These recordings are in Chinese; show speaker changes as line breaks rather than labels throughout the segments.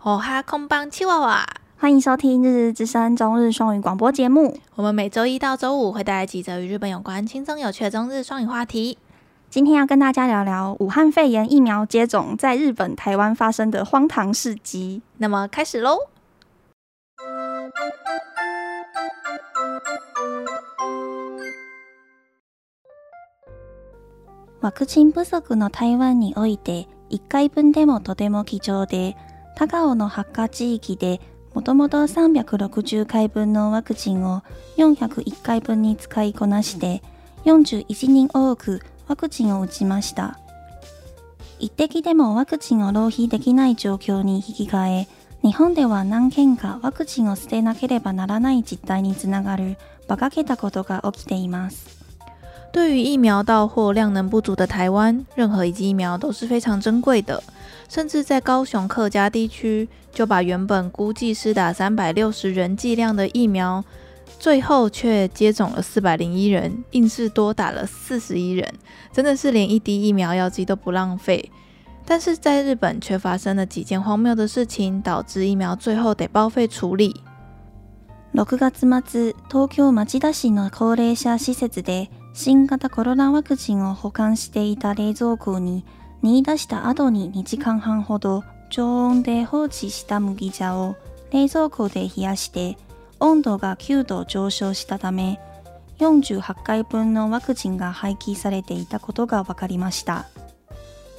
哦哈空棒七娃娃。
欢迎收听《日日之声》中日双语广播节目。
我们每周一到周五会带来几则与日本有关、轻松有趣的中日双语话题。
今天要跟大家聊聊武汉肺炎疫苗接种在日本、台湾发生的荒唐事迹。
那么开始喽！
ワクチン不足の台湾において、1回分でもとても貴重で、高尾の発火地域でもともと360回分のワクチンを401回分に使いこなして41人多くワクチンを打ちました一滴でもワクチンを浪費できない状況に引き換え日本では何件かワクチンを捨てなければならない実態につながる馬鹿げたことが起きています
对于疫苗到货量能不足的台湾，任何一剂疫苗都是非常珍贵的。甚至在高雄客家地区，就把原本估计施打三百六十人剂量的疫苗，最后却接种了四百零一人，硬是多打了四十一人，真的是连一滴疫苗药剂都不浪费。但是在日本却发生了几件荒谬的事情，导致疫苗最后得报废处理。
6月末東京町田市の高齢者施設で新型コロナワクチンを保管していた冷蔵庫に煮出した後に2時間半ほど常温で放置した麦茶を冷蔵庫で冷やして温度が9度上昇したため48回分のワクチンが廃棄されていたことが分かりました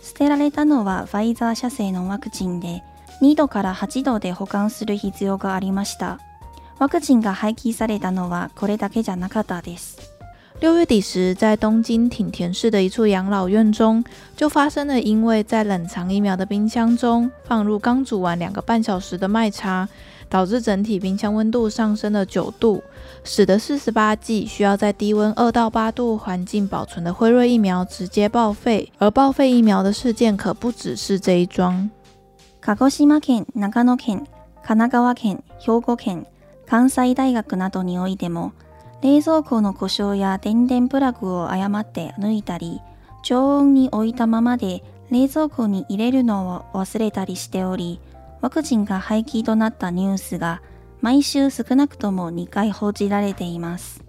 捨てられたのはファイザー社製のワクチンで2度から8度で保管する必要がありましたワクチンが廃棄されたのはこれだけじゃなかったです
六月底时，在东京挺田市的一处养老院中，就发生了因为在冷藏疫苗的冰箱中放入刚煮完两个半小时的麦茶，导致整体冰箱温度上升了九度，使得四十八剂需要在低温二到八度环境保存的辉瑞疫苗直接报废。而报废疫苗的事件可不只是这一桩。
鹿児島県、長野県、神奈川県、兵庫県、関西大学などにおいても、冷蔵庫の故障や電電プラグを誤って抜いたり、常温に置いたままで冷蔵庫に入れるのを忘れたりしており、ワクチンが廃棄となったニュースが毎週少なくとも2回報じられています。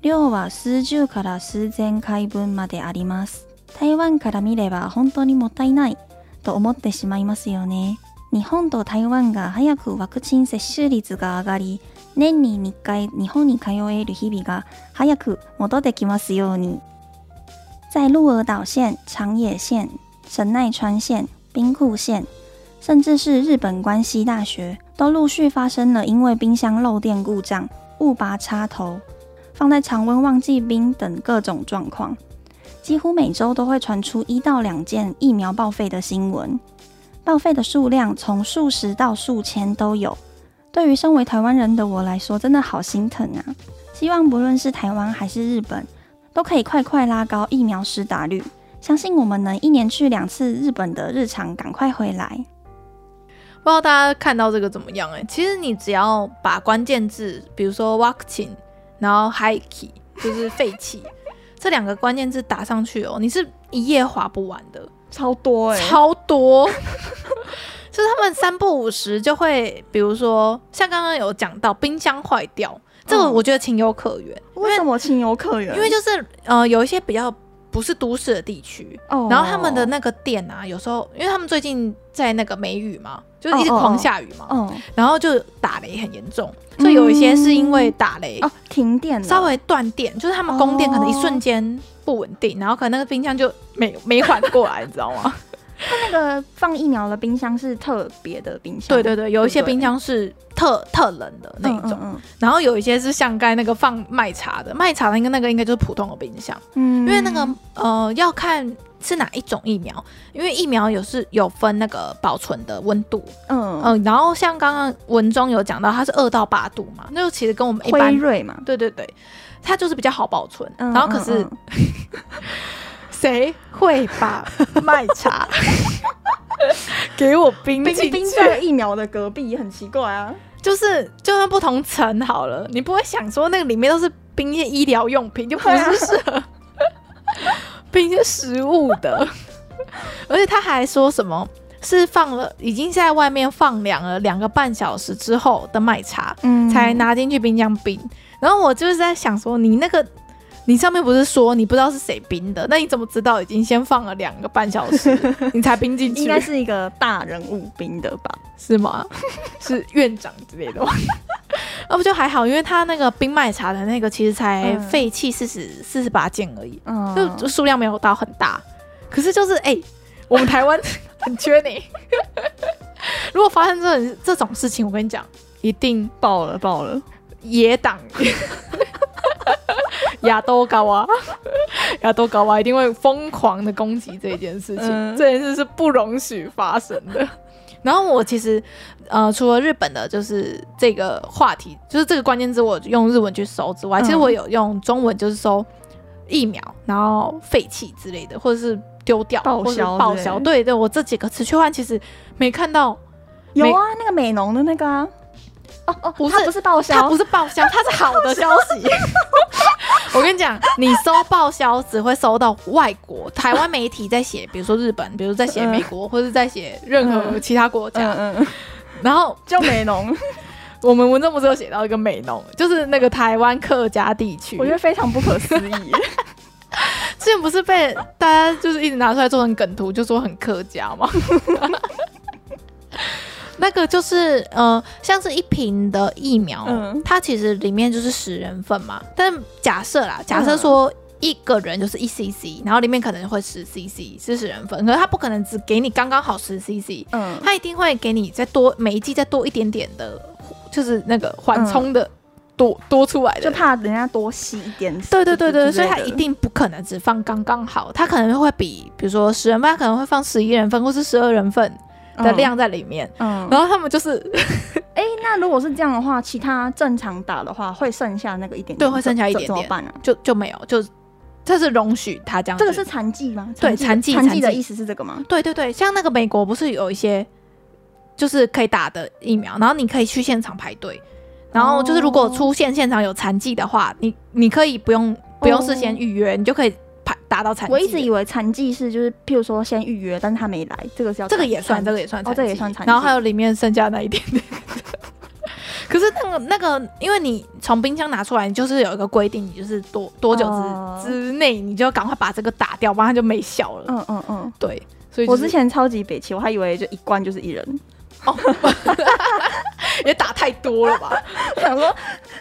量は数十から数千回分まであります。台湾から見れば本当にもったいないと思ってしまいますよね。日本と台湾が早くワクチン接種率が上がり、年に1回日本に通える日々が早く戻ってきますように。在鹿儿岛县、长野县、神奈川县、兵库县，甚至是日本关西大学，都陆续发生了因为冰箱漏电故障、误拔插头、放在常温忘记冰等各种状况。几乎每周都会传出一到两件疫苗报废的新闻。报废的数量从数十到数千都有，对于身为台湾人的我来说，真的好心疼啊！希望不论是台湾还是日本，都可以快快拉高疫苗施打率，相信我们能一年去两次日本的日常，赶快回来。
不知道大家看到这个怎么样、欸？哎，其实你只要把关键字，比如说 “walking”，然后 “hike” 就是废弃这两个关键字打上去哦，你是一页划不完的。
超多哎、欸，
超多，就是他们三不五十就会，比如说像刚刚有讲到冰箱坏掉，这个我觉得情有可原。
嗯、为什么情有可原？
因为就是呃有一些比较不是都市的地区，哦、然后他们的那个店啊，有时候因为他们最近在那个梅雨嘛，就是一直狂下雨嘛，哦哦然后就打雷很严重，所以有一些是因为打雷、
嗯、哦停电，
稍微断电，就是他们供电可能一瞬间。不稳定，然后可能那个冰箱就没没缓过来，你知道 吗？
它那个放疫苗的冰箱是特别的冰箱，
对对对，有一些冰箱是特特冷的那一种，嗯嗯嗯然后有一些是像盖那个放麦茶的，麦茶的应该那个应该就是普通的冰箱，嗯，因为那个呃要看是哪一种疫苗，因为疫苗有是有分那个保存的温度，嗯嗯、呃，然后像刚刚文中有讲到它是二到八度嘛，那就其实跟我们一般
瑞嘛，
对对对。它就是比较好保存，嗯、然后可是谁、嗯嗯、会把麦茶 给我冰
冰冰在疫苗的隔壁，很奇怪啊。
就是就算不同层好了，你不会想说那个里面都是冰一些医疗用品，就不是适合 冰一些食物的。而且他还说什么是放了已经在外面放凉了两个半小时之后的麦茶，
嗯
才拿进去冰箱冰。然后我就是在想说，你那个你上面不是说你不知道是谁冰的，那你怎么知道已经先放了两个半小 时，你才冰进去？
应该是一个大人物冰的吧？
是 吗？是院长之类的吗？ 那不就还好，因为他那个冰麦茶的那个其实才
嗯
废弃四十四十八件而已，
嗯，
就就数量没有到很大。可是就是哎、我们台湾 很缺你。 如果发生这种这种事情，我跟你讲，一定
爆了爆了，
野党 亚都高啊， 亚都高啊，一定会疯狂的攻击这件事情，
嗯
这件事是不容许发生的。 然后我其实，呃，除了日本的，就是这个话题，就是这个关键字，我用日文去搜之外，
嗯
其实我有用中文，就是搜疫苗，然后废弃之类的，或者是丢掉、或
报销
者是报
之类
销。
的
对对，我这几个词去换，其实没看到，
有啊，那个美浓的那个啊，哦哦，
不是
它不是
它
报销，
不是报销，它是好的消息。 我跟你讲，你搜报销只会搜到外国台湾媒体在写，比如说日本，比如在写美国，或者在写任何其他国家。
嗯 嗯，
然后
叫美 浓，
我们文章不是有写到一个美浓，就是那个台湾客家地区。
我觉得非常不可思 议。
之前不是被大家就是一直拿出来做成梗图，就说很客家嘛。那个就是呃，像是一瓶的疫苗，
嗯
它其实里面就是十人份嘛。但假设啦，假设说一个人就是一 cc，然后里面可能会十 cc 是十人份，可是它不可能只给你刚刚好十 cc，
嗯，
它一定会给你再多每一剂再多一点点的，就是那个缓冲的、多多出来的，
就怕人家多吸一点之类
对
的。
对对对，所以
他
它一定不可能只放刚刚好，它可能会比比如说十人份，它可能会放十一人份或是十二人份的。量在里面。
嗯，
然后他们就是
哎，那如果是这样的话，其他正常打的话，会剩下那个一点点，
对会剩下一
这
点点
怎么办啊？
就就没有，就这是容许他这样子。
这个是残疾吗？
啊对残疾
疾，残
残疾
的意思是这个吗？
对对对，像那个美国不是有一些就是可以打的疫苗，然后你可以去现场排队，然后就是如果
哦
出现现场有残疾的话，你你可以不用不用事先
哦
预约，你就可以排打到残疾的。
我一直以为残疾是就是，譬如说先预约，但是他没来，这个是要
这个也算，这
个
个也算
哦
残疾，
这个也算残疾
然后还有里面剩下那一点点。 可是那个那个，因为你从冰箱拿出来，你就是有一个规定，你就是多多久之、
哦
之内，你就要赶快把这个打掉，不然它就没效了。
嗯嗯嗯。
对，所以、
我之前超级北齐，我还以为就一罐就是一人，
哦 也打太多了吧，
想说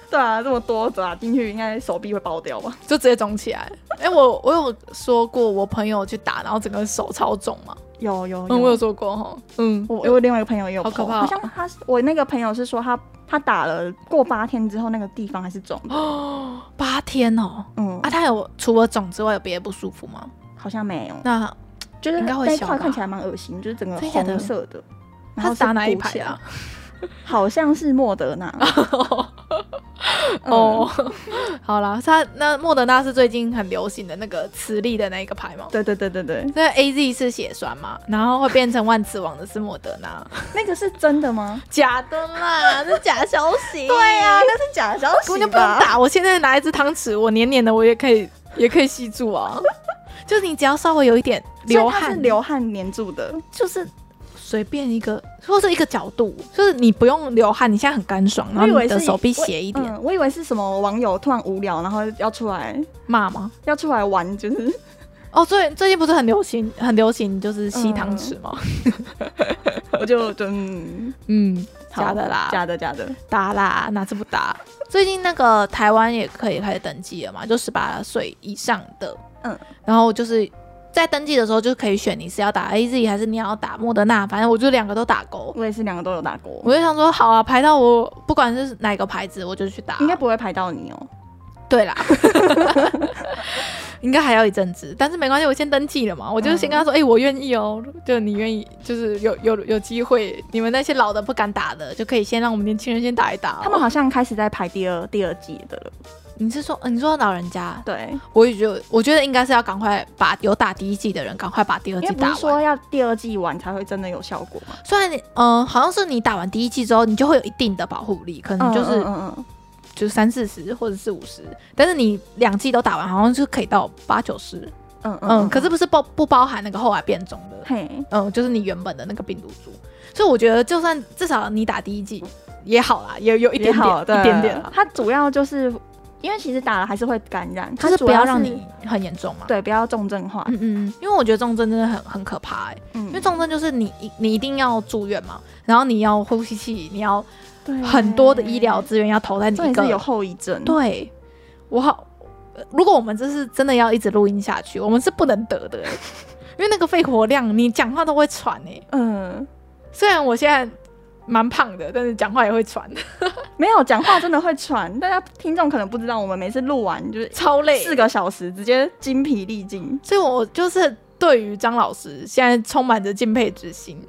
对啊，这么多打进去应该手臂会爆掉吧？
就直接肿起来。哎、我我有说过我朋友去打，然后整个手超肿嘛。
有哦有
嗯，我有说过哈。嗯，
我我有另外一个朋友也有
好可
po，
怕哦
好像他是我那个朋友是说他他打了过八天之后那个地方还是肿的，
哦， 八天哦。
嗯
啊，，他有除了肿之外有别的不舒服吗？
好像没有，
那
就是
应该会
那一
小
块
吧
看起来蛮恶心，就是整个
真的假的
红色的。然
他
后
是打哪一
鼓
排
起来
啊？
好像是莫德纳 嗯
哦，， 好啦，它那莫德纳是最近很流行的那个磁力的那一个牌嘛
嗯。对对对对对，
那 A Z 是血栓嘛，然后会变成万磁王的是莫德纳，
那个是真的吗？
假的啦，那假消息。
啊，那是假消
根本就不用打。我现在拿一支汤匙，我黏黏的，我也可以，也可以吸住啊。 就是你只要稍微有一点
流
流
汗
汗，
流汗黏住的，
就是随便一个，或是一个角度，就是你不用流汗，你现在很干爽，然
我以
后
为
你的
是
手臂
我
斜一点，
嗯，我以为是什么网友突然无聊，然后要出来
骂吗？
要出来玩，就是
哦，最最近不是很流行，很流行就是
嗯
吸汤匙吗？
我就就嗯，
嗯，
好
假的啦，
假的假的，
打啦，哪次不打？最近那个台湾也可以开始登记了嘛，就十八岁以上的，
嗯，
然后就是在登记的时候就可以选你是要打 A Z 还是你要打莫德纳，反正我就两个都打勾。
我也是两个都有打过，
我就想说，好啊，排到我不管是哪个牌子，我就去打。
应该不会排到你哦。
对啦， 应该还要一阵子，但是没关系，我先登记了嘛，我就先跟他
嗯
说，哎、我愿意哦，就你愿意，就是有有有机会，你们那些老的不敢打的，就可以先让我们年轻人先打一打哦、
他们好像开始在排第二第二季的了，
你是说，
哦
呃你说老人家？
对，
我也觉得，我觉得应该是要赶快把有打第一季的人赶快把第二
因
季
为不
打
是说
完。
要第二季完才会真的有效果嘛，
虽然你，嗯、好像是你打完第一季之后，你就会有一定的保护力，可能就是、
嗯嗯嗯
就是三四十或者四五十，但是你两季都打完，好像就可以到八九十，
嗯嗯
嗯，可是不是包不包含那个后来变种的，
嘿，
嗯，就是你原本的那个病毒株。所以我觉得，就算至少你打第一剂也好啦，也有一点
也好
点，
对啊
一点点啦，
它主要就是因为其实打了还是会感染，
就
它
是
主
不要
是
让你很严重嘛。，
对啊不要重症化。
嗯嗯，因为我觉得重症真的很很可怕哎、
嗯
因为重症就是你一你一定要住院嘛，然后你要呼吸器，你要
对
很多的医疗，资源要投在你
这
一
也
个
是有后遗症。
对，我好。呃如果我们这是真的要一直录音下去，我们是不能得的欸、因为那个肺活量，你讲话都会喘哎、
嗯，
虽然我现在蛮胖的，但是讲话也会喘，
没有讲话真的会喘，大家听众可能不知道，我们每次录完就是
超累。
四个小时，直接筋疲力尽。
所以我就是对于张老师现在充满着敬佩之心，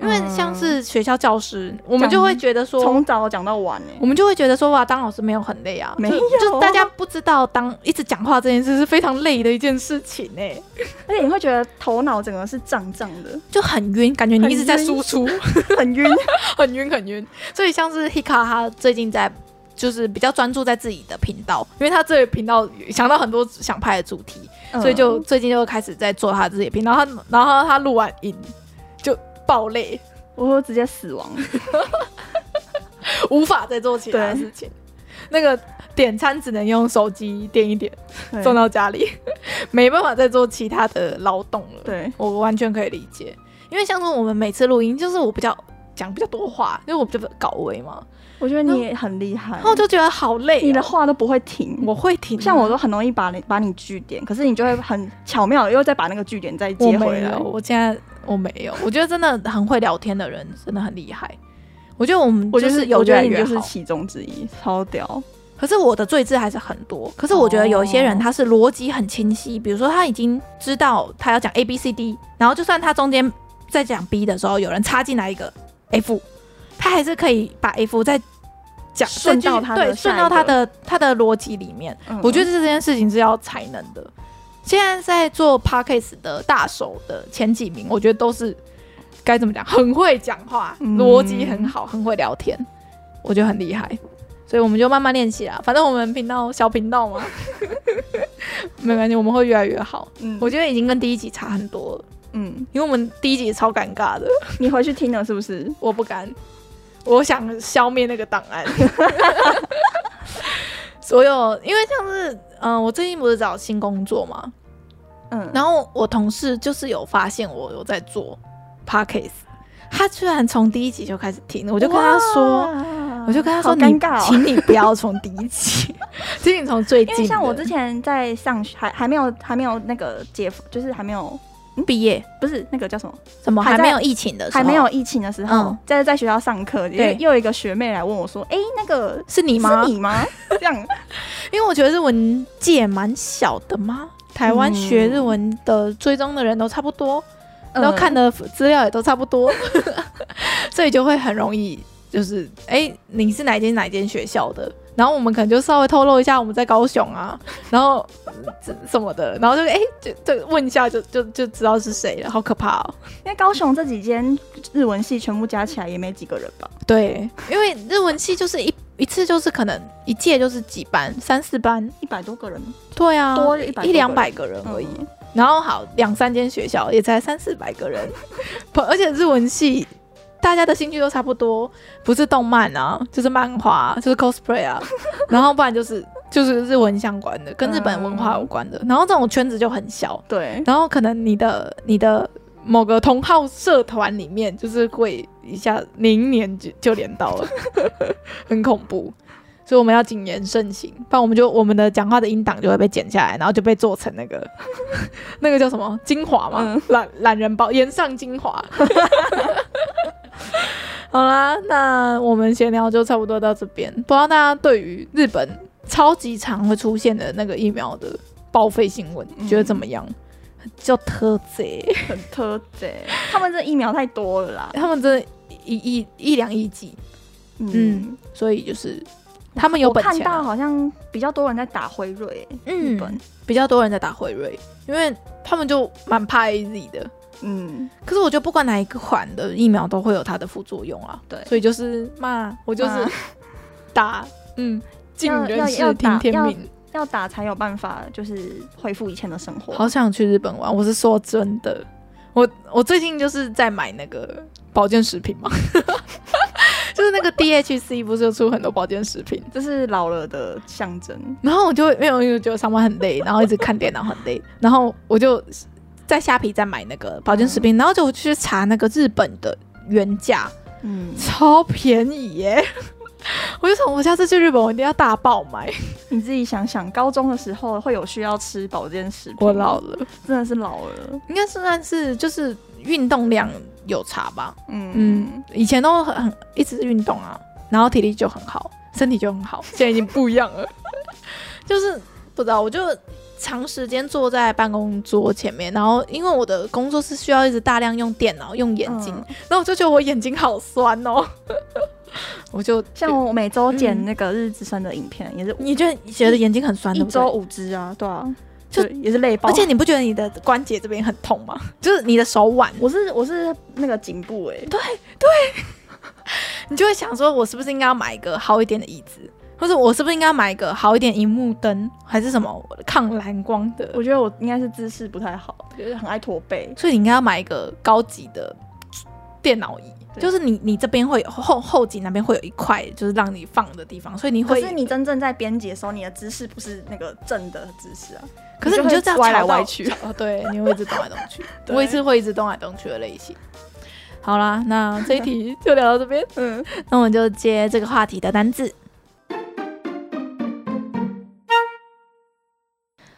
因为像是学校教师，我们就会觉得说，
从早嗯讲到晚哎、
我们就会觉得说，哇，当老师没有很累啊，
没有
就就是大家不知道当一直讲话这件事是非常累的一件事情哎、
而且你会觉得头脑整个是胀胀 的，
就很晕，感觉你一直在
很
输
晕
出，
很晕。
很晕很晕。所以像是 Hika 他最近在。就是比较专注在自己的频道，因为他这个频道想到很多想拍的主题，
嗯
所以就最近就开始在做他自己的频道。他然后他录完音就爆累，
我会直接死亡。
无法再做其他的
对
事情。那个点餐只能用手机点一点，
对
送到家里，没办法再做其他的劳动了。，
对，
我完全可以理解，因为像是我们每次录音，就是我比较讲比较多话，因为我比较搞位嘛，
我觉得你也很厉害
然后。我就觉得好累哦、
嗯你的话都不会停，
我会停，
像我都很容易把你把你据点，可是你就会很巧妙地又再把那个据点再
我
接回
没
来
有，。我现在我没有，我觉得真的很会聊天的人真的很厉害。我觉得我们
我
就
就是是
有
我觉
越
得
来
你
越
就是
好，
其中之一，超屌。
可是我的罪字还是很多。可是我觉得有一些
哦
人他是逻辑很清晰，比如说他已经知道他要讲 A B C D，然后就算他中间在讲 B 的时候，有人插进来一个 F，他还是可以把 F 再讲
顺到他的
对
下
顺
一
到他
个
的他的逻辑里面。
嗯
我觉得这件事情是要才能的。现在在做 podcast 的大手的前几名，我觉得都是该怎么讲，很会讲话，
嗯
逻辑很好，很会聊天，我觉得很厉害。所以我们就慢慢练习啦，反正我们频道小频 道嘛，没关系，我们会越来越好。
嗯
我觉得已经跟第一集差很多了，
嗯，
因为我们第一集超尴尬的，
你回去听了是不是？
我不敢，我想消灭那个档案。 所有，因为像是，嗯、我最近不是找新工作嘛，
嗯，
然后我同事就是有发现我有在做 podcast，他居然从第一集就开始听了，我
我
就跟他说，，我就跟他说，
好
你
尴尬、哦。
请你不要从第一集， 请你从最
因
近的，
为像我之前在上学，还还没有还没有那个解封，就是还没有
嗯毕业
不是那个叫什么，
什么还
还在
没有疫情的时候，
还没有疫情的时候，
嗯
在在学校上课，又
对
又有一个学妹来问我说，哎、那个
是你
你
吗？
是你吗？这样，
因为我觉得日文界蛮小的嘛，台湾
嗯
学日文的追踪的人都差不多， 然后
嗯
看的资料也都差不多， 所以就会很容易就是，哎、你是哪间哪间学校的？然后我们可能就稍微透露一下我们在高雄啊，然后呃这什么的，然后就哎、就就问一下就就就知道是谁了，好可怕哦。
因为高雄这几间日文系全部加起来也没几个人吧？
对，因为日文系就是一一次就是可能一届就是几班，三四班，
一百多个人，
对啊，
多100
一两
多个
百
人
个人而已。
嗯
然后好，两三间学校也才三四百个人， 不而且日文系大家的兴趣都差不多，不是动漫啊，就是漫画啊、就是 cosplay 啊，然后不然就是就是日文相关的，跟日本文化有关的。然后这种圈子就很小，
对，
然后可能你的你的某个同号社团里面，就是会一下明年就就连到 了，很恐怖。所以我们要谨言慎行，不然我们就我们的讲话的音档就会被剪下来，然后就被做成那 个那个叫什么精华嘛
嗯，
懒懒人包，言上精华。好啦，那我们闲聊就差不多到这边。不知道大家对于日本超级常会出现的那个疫苗的报废新闻，
嗯
觉得怎么样？叫特贼，
很特贼， 他们这疫苗太多了啦。
他们真的一一一两亿剂，嗯
嗯，
所以就是他们有
我
本
看
钱啊、
到好像比较多人在打辉瑞、欸，日本
嗯，，比较多人在打辉瑞，因为他们就蛮怕 A Z 的。
嗯，
可是我觉得不管哪一个款的疫苗都会有它的副作用啊，
对
所以就是嘛，我就是
骂
打，嗯，尽
要
人
要
事
要
听
打
天
要
命，
要打才有办法，就是恢复以前的生活。
好想去日本玩，我是说真的。我我最近就是在买那个保健食品嘛， 就是那个 DHC 不是有出很多保健食品，
这是老了的象征。
然后我就没有，因为我觉得上班很累，然后一直看电脑很累，然后我就在虾皮再买那个保健食品，然后就去查那个日本的原价，
嗯，
超便宜 耶！我就想，我下次去日本，我一定要大爆买。
你自己想想，高中的时候会有需要吃保健食品，
我老了，
真的是老了。
应该是算是就是运动量有差吧。
嗯
嗯，以前都很很一直运动啊，然后体力就很好，身体就很好， 现在已经不一样了。 就是不知道，我就长时间坐在办公桌前面，然后因为我的工作是需要一直大量用电脑、用眼睛，
嗯
然后我就觉得我眼睛好酸哦。 我就
像我每周剪
嗯
那个日之声的影片，也是
你觉得觉得眼睛很酸，
一
对不对
周五支啊，对啊，
就
就也是累爆。
而且你不觉得你的关节这边很痛吗？ 就是你的手腕，
我是我是那个颈部哎、
你就会想说，我是不是应该要买一个好一点的椅子，或者我是不是应该买一个好一点荧幕灯，还是什么抗蓝光的？
我觉得我应该是姿势不太好，就是很爱驼背。
所以你应该要买一个高级的电脑椅，
对
就是你你这边会有后后颈那边会有一块就是让你放的地方，所以你
可
会，
是你真正在编辑的时候，你的姿势不是那个正的姿势啊，
可是
你
你
就
就
会
这样
歪来
朝到
歪去，
朝哦，对，你会一直动来动去，
对
我也是会一直动来动去的类型。好啦，那这一题就聊到这边，
嗯，
那我们就接这个话题的单字。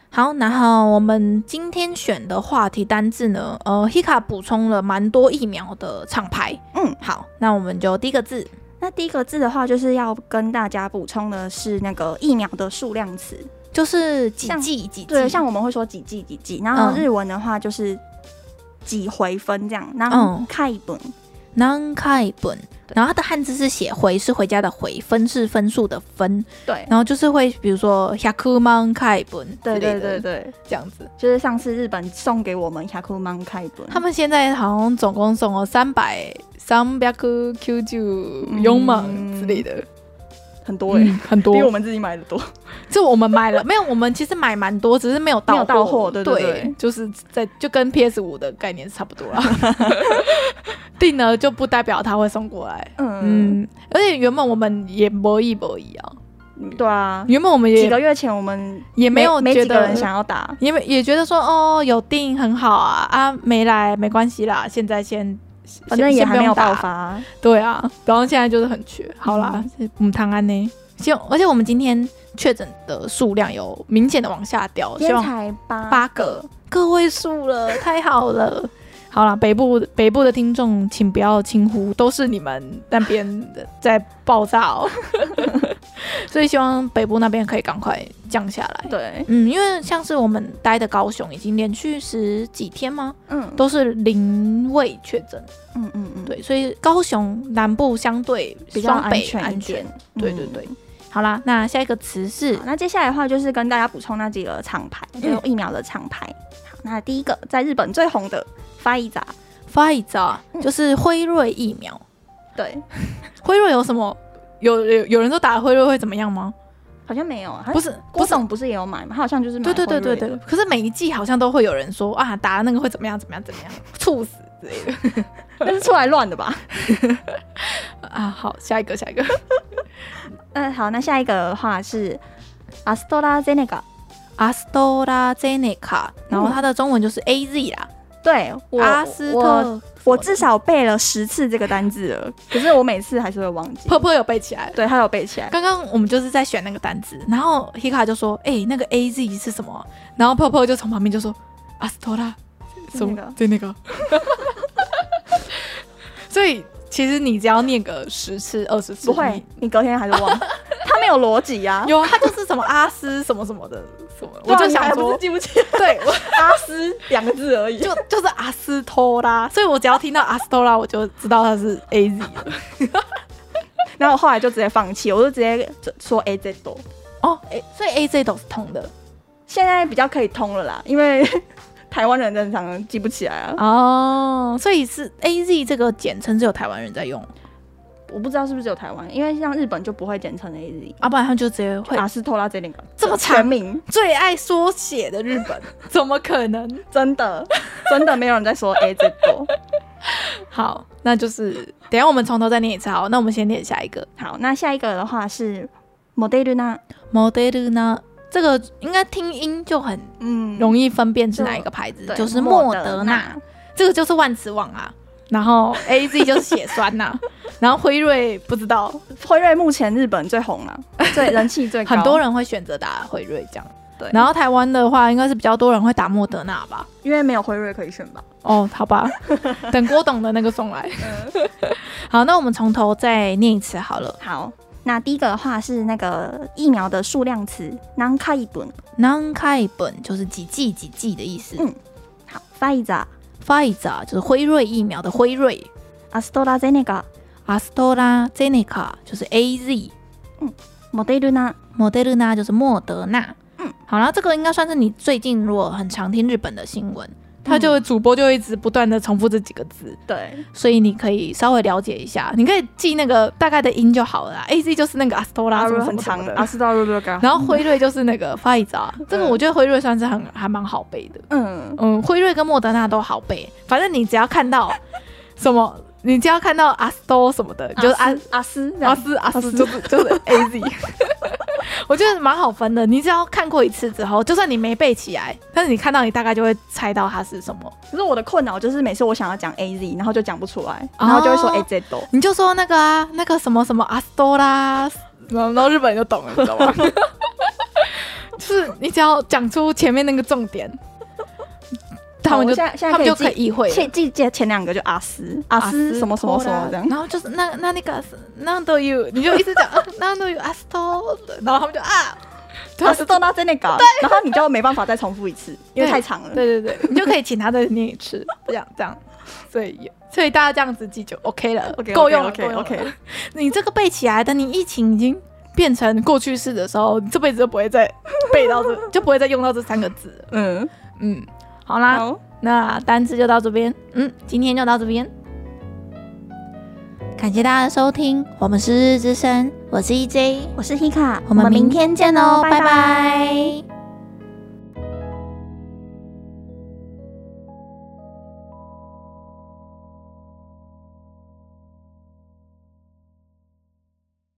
好，然后我们今天选的话题单字呢，呃，Hika 补充了蛮多疫苗的厂牌。
嗯，
好，那我们就第一个字，
那第一个字的话，就是要跟大家补充的是那个疫苗的数量词。
就是几
像
剂几剂，
对，像我们会说几剂几剂，然后
嗯
日文的话就是几回分这样。然后
嗯
看一本，
南开本，然后它的汉字是写回是回家的回，分是分数的分，
对，
然后就是会比如说 h a k u m a n 开本
对对对对，
这样子。
就是上次日本送给我们 Yakuman 看一本，
他们现在好像总共送了三百三百 Q 九勇猛之类的，
很多哎、
嗯很
嗯比我
多。
们自己买的多。
就我们买了，没有，我们其实买蛮多，只是没有到
没有到货对
对
对对
就是在就跟 PS 五的概念差不多啦。 订了就不代表他会送过来。
嗯，
嗯，而且原本我们也博弈博弈啊，
对啊，
原本我们
几
也
个月前我们
也没有
没
觉
几个
得
人想要打，
也没也觉得说哦有订很好啊啊没来没关系啦，现在先
反正也还没有爆。
先先不用打
发。
对啊，然后现在就是很缺。好啦，母汤安呢？嗯希望而且我们今天确诊的数量有明显的往下掉，
今
希
天
望
才八
八个个位数了，太好了。 好啦，北部北部的听众请不要轻忽，都是你们那边的在爆炸哦， 所以希望北部那边可以赶快降下来。
对，
嗯，因为像是我们待的高雄已经连续十几天吗，
嗯，
都是零位确诊，
嗯嗯嗯，
对，所以高雄南部相对
比较
双
安
北
全一
安
点嗯
全。。对对对。好啦，那下一个词是
好那接下来的话就是跟大家补充那几个厂牌，就是疫苗的厂牌。好，那第一个在日本最红的发一杂，
Pfizer，
嗯
就是辉瑞疫苗。
对，
辉瑞有什么？有有有人说打了辉瑞会怎么样吗？
好像没有啊，
不是，
郭
不是。
总不是也有买吗？他好像就是买
对对对对
辉
对
瑞的，，
可是每一季好像都会有人说啊，打了那个会怎么样怎么样怎么样，猝死之类的
那是出来乱的吧？
啊。好，下一个下一个，
嗯，好，那下一个的话是 AstraZeneca，
阿斯多拉 z 内卡，然后它的中文就是 A Z 啦，
对我
阿斯
我
特。
我至少背了十次这个单字 了，可是我每次还是会忘 记。
婆婆有背起来了。
对，他有背起来。
刚刚我们就是在选那个单词，然后 Hika 就说：“哎、那个 A Z 是什么？”然后 Popo 就从旁边就说：“阿斯托拉，
是
什
那
么
个？
对那个。”所以其实你只要念个十次、二十次，
不会，你隔天还是 忘，他没有逻辑呀
你。。有啊，它就是什么阿斯什么什 么的什么，我
对啊
就
你
想
还不
说
是，啊记不起来
对，我
阿斯两个字 而已。
就就是阿斯托拉，所以我只要听到阿斯托拉，我就知道它是 A Z 了。
然后我后来就直接放弃，我就直接说 AZ 多。
哦，哎，所以 A Z 都是通的
现在比较可以通了啦，因为 台湾人正常记不起来啊。
哦哦，所以是 A Z 这个简称只有台湾人在用。
我不知道是不是只有台湾，因为像日本就不会简称 AZ，
啊要、不然他就直接会
阿斯托拉这那个
这么长
全名，
最爱缩写的日 本，怎么可能？
真的真的没有人在说 AZ 多。
好，那就是等一下我们从头再念一次。好，那我们先念下一个
好，那下一个的话是 Moderna，
m o d e l 呢？这个应该听音就很
嗯，
容易分辨是哪一个牌子，
对
就是莫
莫
德
德
纳
纳，
这个就是万磁王啊。然 后 A Z 就是血栓呐、然后辉瑞不知道，
辉瑞目前日本最红了、最人气最高，
很多人会选择打辉瑞这样。
对，
然后台湾的话，应该是比较多人会打莫德纳吧。
因为没有辉瑞可以选吧，
哦，好 吧，等郭董的那个送来。
嗯
好，那我们从头再念一次好了。
好。那第一个的话是那个疫苗的数量词 n a n k a i b u n
n 开本就是几剂几剂的意思。
嗯好 f i z e r
Pfizer 就是辉瑞疫苗的辉瑞
a s t r a z e n e c a
，AstraZeneca 就是 A Z，
Moderna，
莫德纳就是莫德纳。
嗯，
好了，这个应该算是你最近如果很常听日本的新闻，他就主播就会一直不断的重复这几个字，
对，
所以你可以稍微了解一下，你可以记那个大概的音就好了啦。A Z 就是那个 Astora 什么什
很
么什
长嗯
么的，
a s t r a z e n e
然后辉瑞就是那个 Pfizer，这个我觉得辉瑞算是很还蛮好背的。
嗯，
嗯，辉瑞跟莫德纳都好背，反正你只要看到什么，你只要看到阿斯多什么的，你就是阿
阿斯这
阿
样，
斯阿斯就是就是 A Z。我觉得蛮好分的，你只要看过一次之后，就算你没背起来，但是你看到你大概就会猜到它是什么。
可是我的困扰就是每次我想要讲 A Z，然后就讲不出来，
哦
然后就会说哎 A Z 多。
你就说那个啊，那个什么什么阿斯多啦，然后然后日本人就懂了，你知道吗？ 就是你只要讲出前面那个重点，他们就
我现在现在
他们就
可以记
可以意会了。
前记记前两个就阿斯阿斯什么什么什么这样，
然后就是那那那个那都有，你就一直讲 啊那都有阿斯托，然后他们就啊， 对
阿斯多拉在那个，啊然后你就没办法再重复一次，因为太长了。
对对对，你就可以请他再念一次，这样这样，所 以所以大家这样子记就 OK 了
OK，OK，
够用了
OK，
够用了
OK
你这个背起来的，你疫情已经变成过去式的时候，你这辈子就不会再背到这， 就不会再用到这三个字了。
嗯，
嗯，好啦，
好，
那单词就到这边，嗯，今天就到这边。感谢大家的收听，我们是日日之声，我是 EJ，
我是 Hika，
我们明
天见
哦拜拜